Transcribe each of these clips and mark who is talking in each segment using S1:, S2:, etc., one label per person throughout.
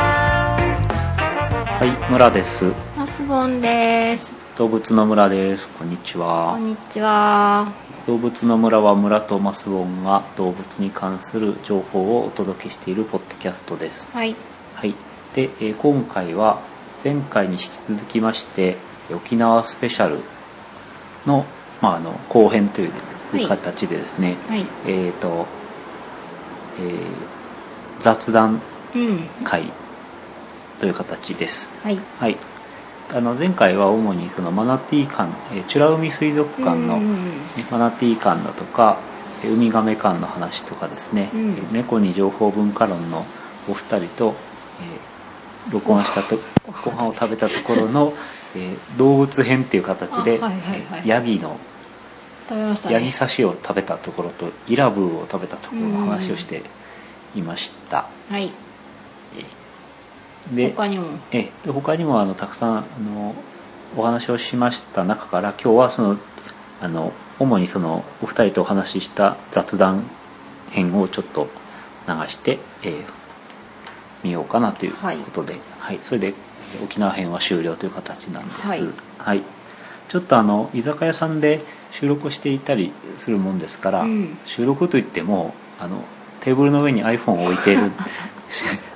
S1: はい、村です。
S2: マスボンです。
S1: 動物の村です。こんにち
S2: こ
S1: は
S2: ん。にちは。
S1: 動物の村は村とマスボンが動物に関する情報をお届けしているポッドキャストです。
S2: はい。
S1: はい。で、えー今回は前回に引き続きまして、沖縄スペシャルの、まあ、あの、後編という
S2: はい
S1: 形でですね、
S2: はい。
S1: えっ、と、えー雑談
S2: うん。
S1: 会という形です。
S2: はい。
S1: はい、あの前回は主にそのマナティー館えー美ら海水族館の、
S2: う
S1: ね
S2: ん
S1: マナティー館だとかえーウミガメ館の話とかですね、
S2: うん
S1: えー猫に情報文化論のお二人と、えー録音したとご飯を食べたところの、えー動物編っていう形で、
S2: あはいはいはい
S1: えーヤギの
S2: 食べましたね。
S1: ヤギ刺しを食べたところとイラブーを食べたところの話をしていました。
S2: はい。
S1: えーで
S2: 他にも。
S1: ええで他にもあのたくさんあのお話をしました中から今日はそのあの主にそのお二人とお話しした雑談編をちょっと流して、えー見ようかなということで、はいそれで沖縄編は終了という形なんです、
S2: はい
S1: はいちょっとあの居酒屋さんで収録していたりするもんですから、
S2: うん
S1: 収録といってもあのテーブルの上に iPhone を置い ている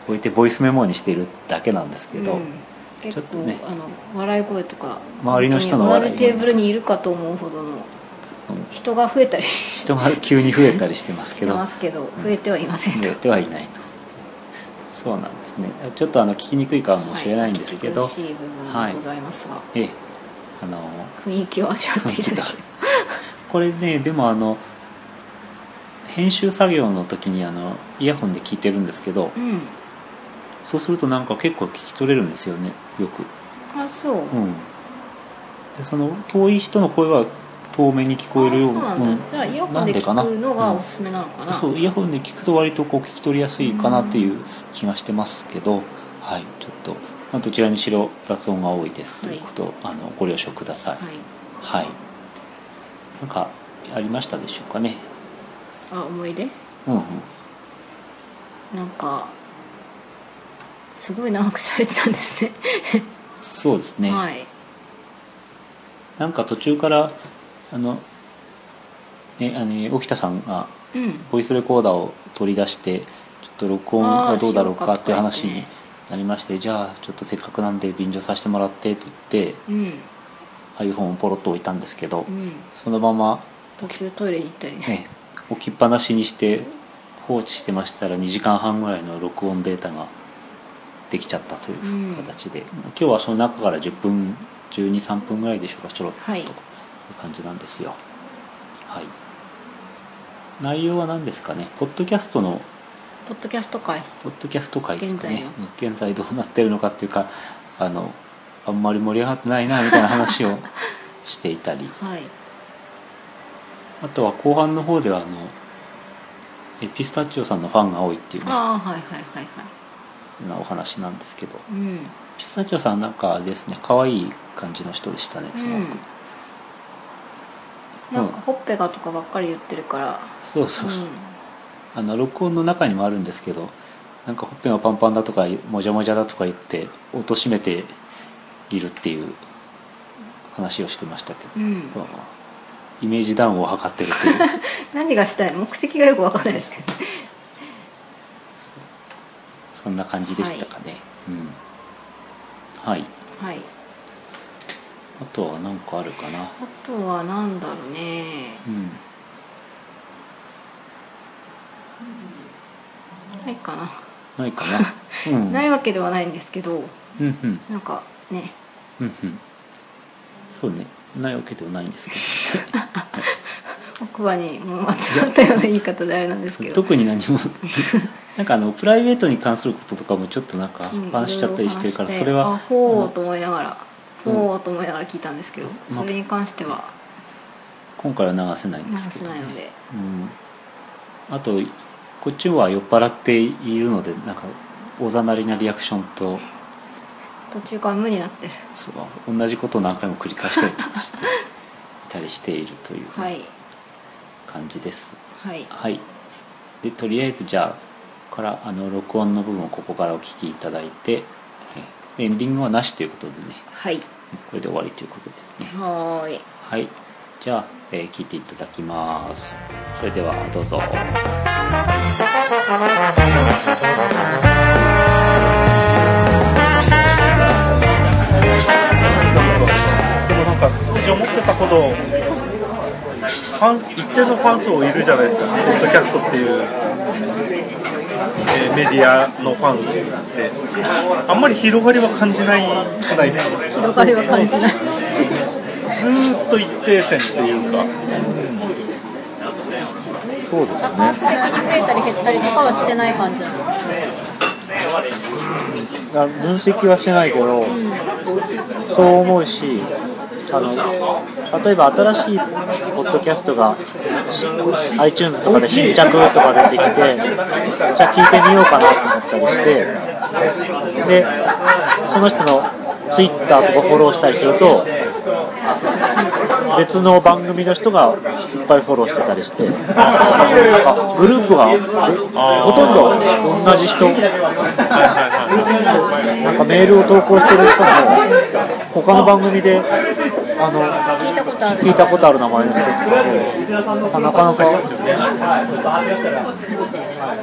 S1: 置いてボイスメモにしているだけなんですけど、
S2: うん
S1: ち
S2: 結
S1: ょっと
S2: 構、
S1: ね
S2: あの笑い声とか
S1: 周りの人の
S2: 本当
S1: 笑い
S2: に同じテーブルにいるかと思うほどの人が増えたりし
S1: 人が急に増えたりしてますけ
S2: て
S1: ど
S2: ますけど増えてはいません
S1: 増
S2: と
S1: えてはいないとそうなんですねちょっとあの聞きにくいかもしれないんですけど、
S2: はい聞き苦しい部分でございますが、
S1: ええあの
S2: 雰囲気を味わっていただけ
S1: これねでもあの編集作業の時にあのイヤホンで聞いてるんですけど
S2: うん
S1: そうするとなんか結構聞き取れるんですよねよく
S2: あそう、
S1: うんでその遠い人の声は遠目に聞こえるよ
S2: あ
S1: う
S2: そうなんだ、じゃあイヤホンで聞くのがおすすめなのかな、
S1: そうイヤホンで聞くと割とこう聞き取りやすいかなっていう気がしてますけど、はいちょっと、まあ、どちらにしろ雑音が多いですと
S2: はい
S1: いうこと、あのご了承ください
S2: はい
S1: はい、なんかありましたでしょうかね
S2: あ思い出
S1: うんうん
S2: なんかすごい長く喋ってたんですね
S1: そうですね、
S2: はい
S1: なんか途中からあのねあの沖田さんが
S2: うん
S1: ボイスレコーダーを取り出してちょっと録音はどうだろうかっていう
S2: あーし
S1: 話
S2: よ
S1: に
S2: うかってね
S1: なりましてじゃあちょっとせっかくなんで便乗させてもらってと言って
S2: うん
S1: iPhone をポロッと置いたんですけど、
S2: うん
S1: そのまま、
S2: 途中トイレに行ったりね
S1: ね、置きっぱなしにして放置してましたら2時間半ぐらいの録音データができちゃったという形で、今日はその中から10分123分ぐらいでしょうかちょろっと、
S2: はい
S1: いう感じなんですよはい内容は何ですかねポッドキャストの
S2: ポッドキャスト会
S1: ポッドキャスト界とか
S2: 現在
S1: ね
S2: の
S1: うん現在どうなってるのかっていうかあのあんまり盛り上がってないなみたいな話 をしていたり
S2: はい
S1: あとは後半の方ではあのえピスタチオさんのファンが多いっていう、ね、
S2: ああはいはいはいはい
S1: なお話なんですけど
S2: うん
S1: ピスタチオさんなんかあれですね可愛い感じの人でしたねすごく、
S2: うんなんかほっぺがとかばっかり言ってるから
S1: そうそうそう、あの録音の中にもあるんですけどなんかほっぺがパンパンだとかもじゃもじゃだとか言って貶としめているっていう話をしてましたけど、
S2: うん、うん
S1: まあまあイメージダウンを図ってるという
S2: 何がしたいの目的がよくわかんないですけど
S1: そんな感じでしたかねうんはい
S2: はい
S1: あとは何かあるかな
S2: あとはなんだろうね
S1: うん
S2: ないかな、
S1: ないか なうん
S2: ないわけではないんですけど
S1: うんうん
S2: なんかね
S1: うんうんそうねないわけではないんですけ
S2: 奥歯にもう集まったような言い方であれなんですけ
S1: ど
S2: ど
S1: 特に何も
S3: なんかあのプライベートに関することとかもちょっとなんか
S2: うん
S3: 話しちゃったりしてるから
S2: いろ
S3: そ
S2: い
S3: れ
S2: ろ話
S3: は
S2: してあほうと思いながら、
S3: うん
S2: ほうと思いながら聞いたんですけど、
S3: あ
S2: それに関しては
S3: 今回は流せないん
S2: 流
S3: ですけ
S2: せ
S3: ど、
S2: な
S3: ね
S2: いので、
S3: うん、あとこっちは酔っ払っているのでなんかおざなりなリアクションと
S2: 途中から無になってる
S3: そう同じことを何回も繰り返したりして いたりしているという
S2: はい
S3: 感じです。
S2: はい
S3: はい、でとりあえずじゃあからあの録音の部分をここからお聞きいただいてえでエンディングはなしということでね
S2: はい
S3: これで終わりということですね。
S2: はーい
S3: はい、じゃあ、えー聞いていただきます。それではどうぞ。
S4: でもなんか当時思ってたほどファン一定のファン層いるじゃないですか、ポッドキャストっていう、えーメディアのファンって、あんまり広がりは感じないくないですか、
S2: 広がりは感じない
S4: ずーっと一定線っていうか、
S3: そうです
S2: 爆発的に増えたり減ったりとかはしてない感じなの
S3: あ分析はしてないけど、そう思うしあの例えば新しいポッドキャストがし iTunes とかで新着とか出てきてじゃあ聞いてみようかなと思ったりしてでその人の Twitter とかフォローしたりすると別の番組の人がいっぱいフォローしてたりしてなんかグループがほとんど同じ人なんかメールを投稿してる人も他の番組であの
S2: 聞いたことある
S3: 聞いたことある名前の人とかなかなか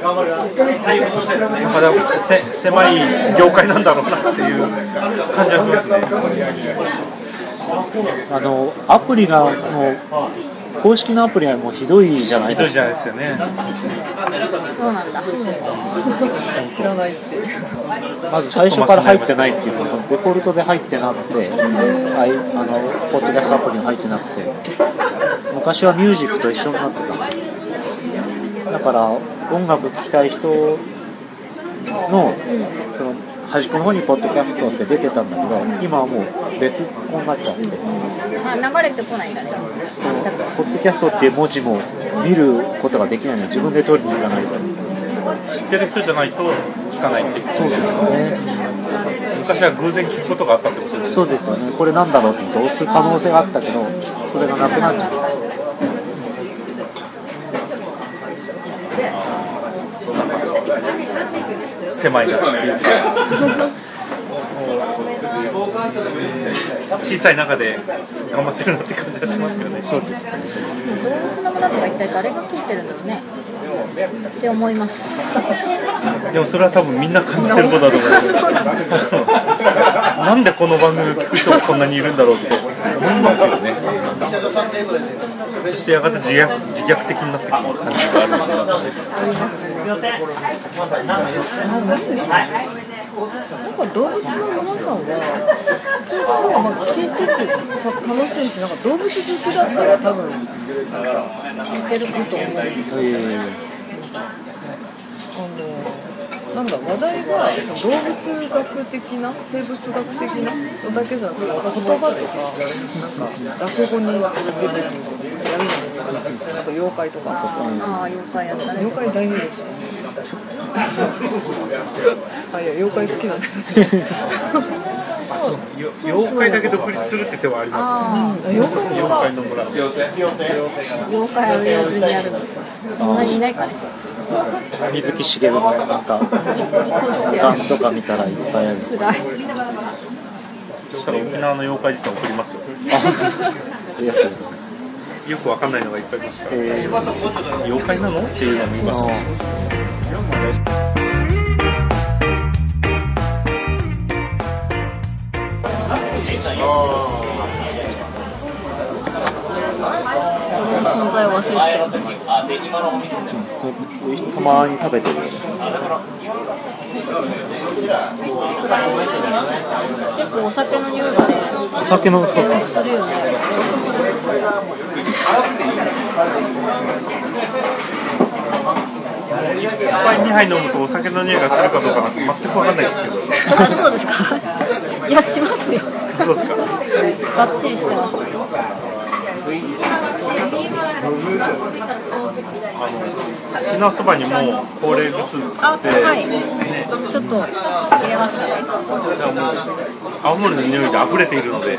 S4: なんかでもせ狭い業界なんだろうなっていう感じはしますね。
S3: あのアプリがもう公式のアプリはもうひどいじゃない
S4: ひど
S3: で
S4: い
S3: す
S4: じゃないですよね。
S2: そうなんだ
S3: かまず最初から入ってないっていうかデフォルトで入ってなくてあいあのポッドキャストアプリに入ってなくて昔はミュージックと一緒になってただから音楽聴きたい人のその端っこの方にポッドキャストって出てたんだけど今はもう別こになっちゃって
S2: あ流れてこないんだね
S3: そのポッドキャストっていう文字も見ることができないので自分で取りに行かないと
S4: 知ってる人じゃないと聞かないっていう。
S3: そうですよね
S4: 昔は偶然聞くことがあったってことですね。
S3: そうですよねこれなんだろうって言って押す可能性があったけどそれがなくなっちゃった
S4: 狭いなっていうか小さい中で頑張ってるなって感じがしますよね。
S3: そうですね
S2: 動物のものとか一体誰が聞いてるんだろうねって思います
S4: でもそれは多分みんな感じてることだと思います。なんでこの番組を聞く人がこんなにいるんだろうって思いますよね。そしてやがて自虐自虐的になってくる感じがあるし。
S5: なんか動物の皆さんは、なんかまあ聞いててた楽しいし、なんか動物好きだったら多分聞けること思う。あのなんだ話題が動物学的な生物学的なのだけじゃなくて言葉とかなんか落語に出てくるのやるじゃないですかあと妖怪とか
S2: ああ妖怪やったね
S5: 妖怪大事ですよねあいや妖怪好きなんです
S4: よ妖怪だけ独立するって手はありま
S2: あ
S5: 妖怪
S4: す。妖怪の村。
S2: あ妖怪を用途にやるそんなにいないかね
S3: 水木しげるのなん
S2: 一
S3: か
S2: 個ずつや
S3: ガン
S2: る
S3: とか見たらいっぱいある
S2: つらい
S4: そしたら沖縄の妖怪自体送りますよ。
S3: ありがとうございます
S4: よくわかんないのがいっぱいいますから。
S3: えー
S4: 妖怪なのっていうのもいますし。
S2: 俺の存在を忘れてたよ
S3: たまに食べてる
S2: 結構お酒の匂いがね
S3: お酒のそう
S2: するよね
S4: あ一杯2杯飲むとお酒の匂いがするかどうかなんて全く分かんないですけど、
S2: あそうですかいやしますよ
S4: そうですか、
S2: バッチリしてます
S4: 沖縄そばにもう高齢グス作って、
S2: はいちょっと入れましたね
S4: 青森の匂いで溢れているので、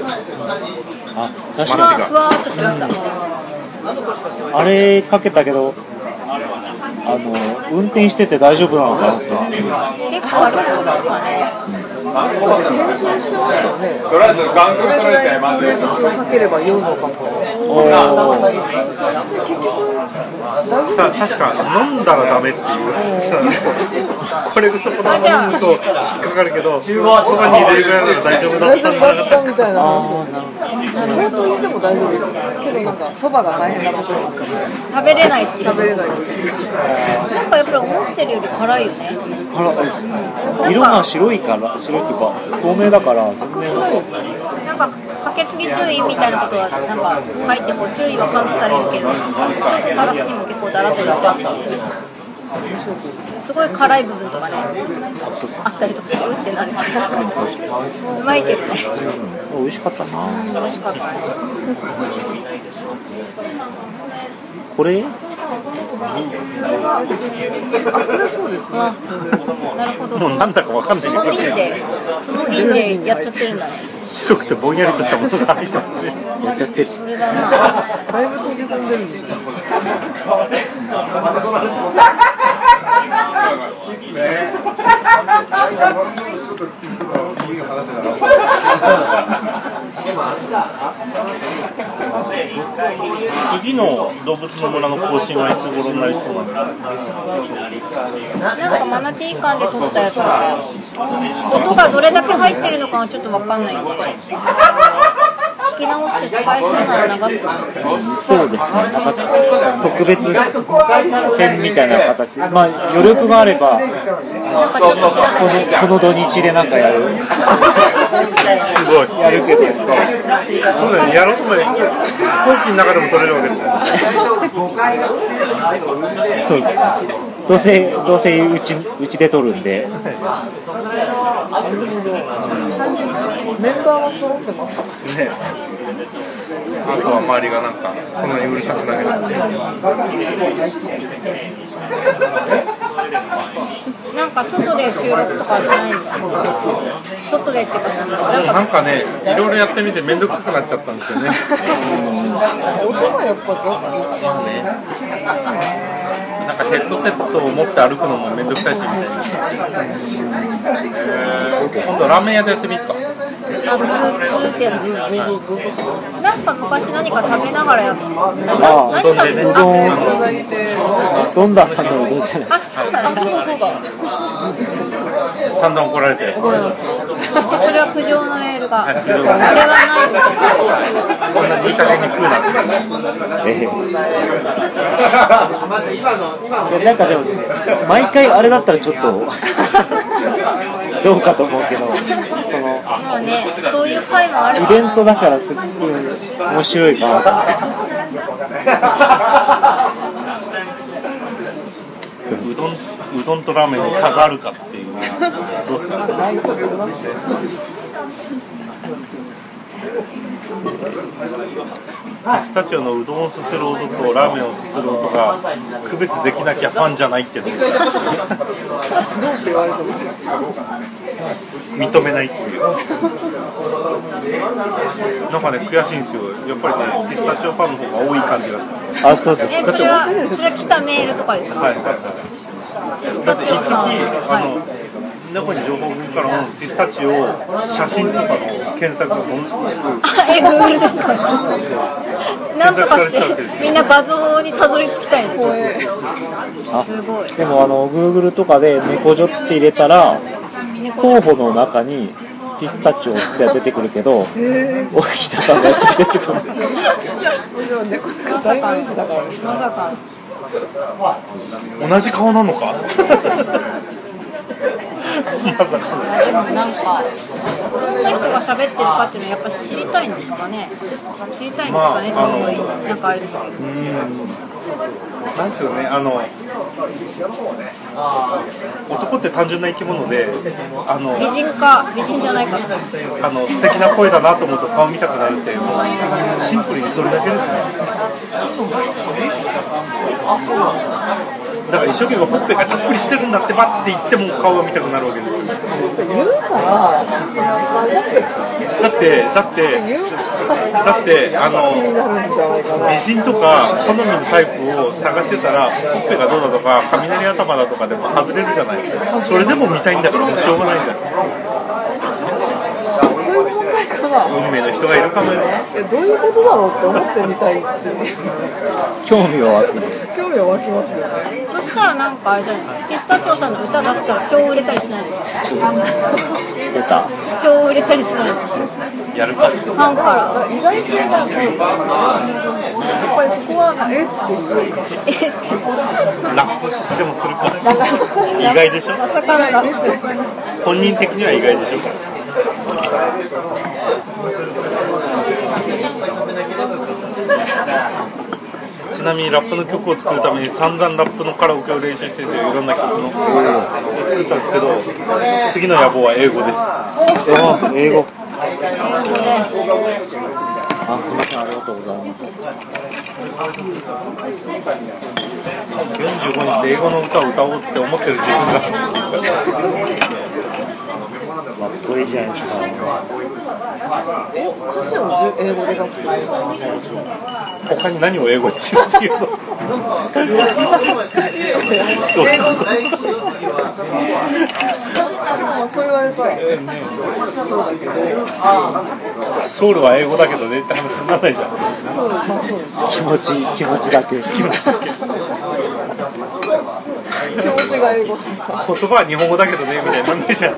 S3: あ確
S2: ふ
S3: か
S2: わふわっとしました
S3: にあれかけたけどあの運転してて大丈夫なのかなと
S2: 結構あると思いますね
S6: とりあえず眼
S5: こ
S6: 鏡
S5: れ
S6: 揃
S5: ぐら
S6: えて
S5: い
S6: ま
S5: 記
S6: ず
S5: 念物をかければ酔うのかも
S3: おー
S5: 結局大丈夫
S4: た確か飲んだらダメっていう話なんですこれこそこのまま飲むと引っかかるけど、そばに入れるぐらいなら大丈夫だ
S5: 大
S4: った
S5: 丈
S4: ん
S5: 夫
S4: だ
S5: だ
S4: な
S5: ったみたいな話相当にでも大丈夫けどなんかそばが大変だなと思って
S2: 食べれないっていう
S5: 食べれない
S2: なんかやっぱり思ってるより辛いよね
S3: あらそう色が白いから白いっていうか透明だから全然
S2: なんかかけすぎ注意みたいなことはなんか書いてこう注意は喚起されるけどちょっと垂らすにも結構だらっとなっちゃったすごい辛い部分とかねあったりとかしてうってなるうまいけどね
S3: 美味しかったな
S2: 美味しかったね
S3: これ
S5: あこれそうです
S2: あ
S5: ね
S2: なるほどそ
S4: もうなん
S2: の
S4: だか分かんないけ
S2: その瓶でその
S4: ど、
S2: 瓶でやっちゃってるんだね
S4: 白くてぼんやりとしたものが入ってますね。
S3: やっちゃってる
S2: それだな
S5: だいぶ研ぎ込んでるんですよ
S4: 次の動物の村の更新はいつ頃になりそうなんですか
S2: なんかマナティー館で撮ったやつだね音がどれだけ入ってるのかはちょっとわかんないんで聞き直して使えそうなら流す
S3: そうですねなんか特別編みたいな形まあ余力があれば
S2: なんかちょっと調べて
S3: この土日でなんかやる
S4: すごい。
S3: やるけど
S4: そうだよね、やろうと思えば、飛行機の中でも取れるわけですよね。
S3: そうですどうせどうせうちうちで撮るんで
S5: メンバーは揃ってます
S4: あとは周りがなんか、そんなにうるさくなければ。
S2: なんか外で収録とかはしないんですか外でっていうかなんか
S4: なんかね、いろいろやってみて、めんどくさくなっちゃったんですよね。
S5: 音がやっぱ雑
S4: なんかヘッドセットを持って歩くのもめんどくさいしみたいな。今度ラーメン屋でやってみるか。
S2: あズーズーってやつなんか昔何か食べながらやった
S3: ああ
S2: 何食べ
S4: うどんでね
S3: うどん
S5: いただいて
S3: どんださんのうどんじゃない
S2: あそうなんです
S5: そうだ
S4: 散々怒られて。
S5: これなんですよ
S2: それは苦情のメールがあれ
S4: 苦情のメール
S2: はないの
S4: こんなにいい加減に食うなって。
S3: ええなんかでも毎回あれだったらちょっとどうかと思うけどその
S2: まあねそういう回もある
S3: イベントだからすっごい面白いから
S4: うどん、うどんとラーメンに差があるかっていう。どうですか。
S5: ないと思いますよ
S4: ピスタチオのうどんをすする音とラーメンをすする音が区別できなきゃファンじゃないってどう認めないっていうなんかね悔しいんですよやっぱりねピスタチオファンの方が多い感じがする
S3: あそうです
S2: えそれはそれは来たメールとかですか
S4: はいはいはいだって一時あの、中に情報文からもピスタチオ写真とかの検索がものすごく
S2: あ えグーグルですかなんとかしてみんな画像にたどり着きたいんですよすごい
S3: でもあの Google とかで「猫女」って入れたら候補の中にピスタチオって出てくるけど沖田さんのやつ出てくる
S5: でも猫背が代名詞だからね
S2: まさか
S4: 同じ顔なのかまさかの
S2: でもなんかどんな人が喋ってるかっていうのはやっぱ知りたいんですかね知りたいんですかねってすごいなんかあれですけど
S4: なんですよね、あの男って単純な生き物で、あの
S2: 美人か美人じゃないか
S4: あの素敵な声だなと思うと顔見たくなるって、もうシンプルにそれだけですね。だから一生懸命ほっぺがたっぷりしてるんだってばって言っても顔が見たくなるわけですよ。
S5: 言うから、ほっぺ
S4: だってだって
S5: 言うから
S4: だってあ
S5: 気に
S4: の。
S5: なるんじゃないかな。
S4: 美人とか好みのタイプを探してたらほっぺがどうだとか雷頭だとかでも外れるじゃないそれでも見たいんだからもうしょうがないじゃん
S5: そういう問題かな。
S4: 運命の人がいるかもよ
S5: えどういうことだろうって思ってみたいってね
S1: 興味が湧く
S5: 興味は湧きますよね
S2: そしたらなんかあれじゃないピスタチオさんの歌出したら超売れたりしないですか
S1: 出た
S2: 超売れたりしないですか
S4: やるか
S2: ファンから
S5: だから意外性がやっぱりそこはえって
S2: えって
S4: ラップしてもするか意外でしょ
S2: まさかのラップ
S4: 本人的には意外でしょちなみにラップの曲を作るために散々ラップのカラオケを練習してていろんな曲のを作ったんですけど次の野望は英語です
S1: あ英語
S2: 英語で
S1: あすみませんありがとうございます
S4: 45日で英語の歌を歌おうって思ってる自分が好きです
S1: かっこいいじゃないですか
S5: え歌詞をじゅ英語で書くと
S4: 他に何を英語にしろっていうのどういうこと
S5: まあそう言われたら
S4: ソウルは英語だけどねって話にならないじゃん
S1: 気持ち気持ちだけ気持ちだけ
S5: 気持ちが英
S4: 言
S5: 語
S4: 葉は日本語だけどねみたいにならないじゃん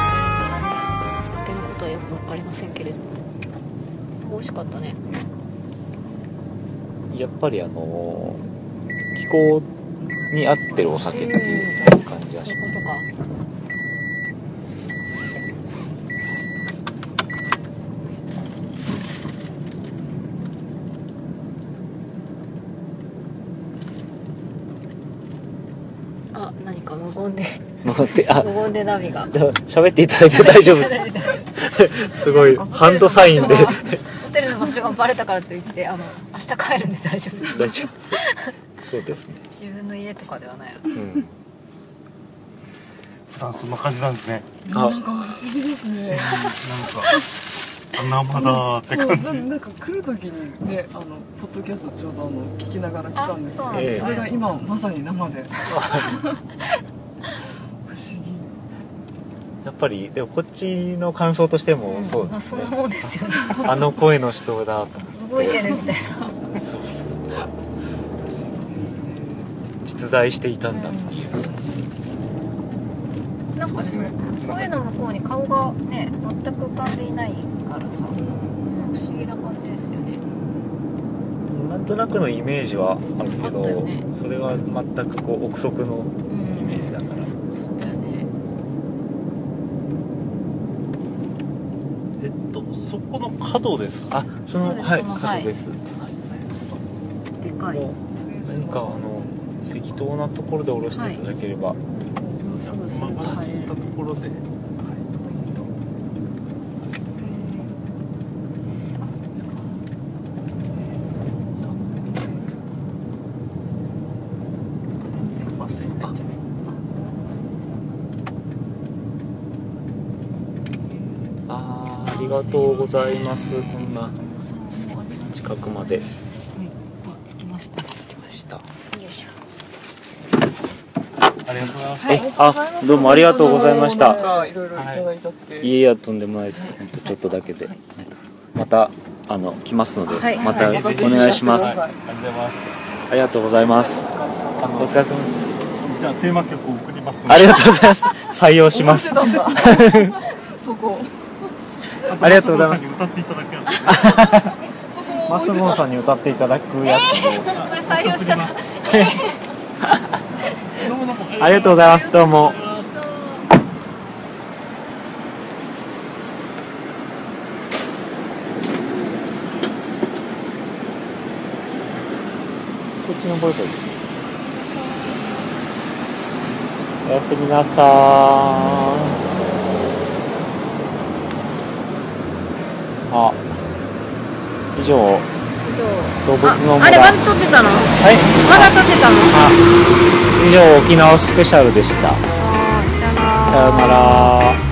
S2: 知ってることはよくわかりませんけれど美味しかったね
S1: やっぱりあの気候に合ってるお酒っていう感じがし
S2: そうい
S1: ま
S2: う
S1: す
S2: ことかあ、何か無言で
S1: 待って あ
S2: 無言でナビが
S1: でも喋っていただいて大丈夫すごいハンドサイン で
S2: ホテルの場所がバレたからといってあの明日帰るんで大丈夫
S1: 大丈夫ですそうですね、
S2: 自分の家とかではないの
S1: うん、
S4: フランスそんな感じなんですね
S1: あ
S4: なんか穴場だって
S5: そ
S4: 感
S5: うな
S4: じ
S5: んか来る時にねあのポッドキャストちょうどあの聞きながら来たんですけ
S2: あそう
S5: どそ,、
S2: なん
S1: ですね
S5: れが今まさに生で不思議
S1: やっぱりでもこっちの感想としてもそう
S2: ま
S1: で
S2: あ
S1: す
S2: そ
S1: ね
S2: んな、もんです よね
S1: あの声の人だと思って
S2: 動いてるみたい
S1: そうそう実在していたんだっていう、
S2: ななんかね声の向こうに顔がね全く浮かんでいないからさ不思議な感じですよね
S1: なんとなくのイメージはあるけ
S2: あった
S1: ど、
S2: よね
S1: それは全くこう憶測の
S2: う
S1: イメージ
S2: ん
S1: だから
S2: そうだよね
S4: えっとそこの角ですか
S1: あそ
S2: そう
S1: の
S2: です
S1: はい
S2: その
S1: 角
S2: はい
S1: です、は
S2: でか
S1: い
S2: い
S1: もうなんかあの適当なところで下ろしていただければ、
S2: もうすぐすぐ
S4: 曲が
S2: 晴れ
S4: っ
S2: る
S4: たところでバス停になっちゃう
S1: あーありがとうございますこんな近くまで
S2: あ着きましたよ
S1: 来ました
S2: いしょ
S4: ありがとうございます
S1: えあどうもありがとうございました
S5: なんかいろいろいただいちゃって、
S1: いえいやとんでもないです本当ちょっとだけでまたあの来ますので、
S2: はい
S1: またお
S5: はい
S1: 願いします、
S5: はい
S4: ありがとうございま
S1: あ
S4: す
S1: りがとうございますお疲れ様でし
S4: じゃあテーマ曲を送ります
S1: たありがとうございます採用します
S5: 思ってたんだ そこ
S4: あ
S1: ありがとうございます
S4: 歌っていただくやつ
S5: そこを
S3: マスモンさんに歌っていただくや
S2: それ採用しちゃった
S3: つありがとうございますどうもこっちのボイボイおやすみなさーいあ以上動物の
S2: ああ
S3: 村
S2: れまだ撮ってたの
S3: はい
S2: まだ撮ってたの
S3: あ以上沖縄スペシャルでした
S2: あーじゃあなー
S3: さようなら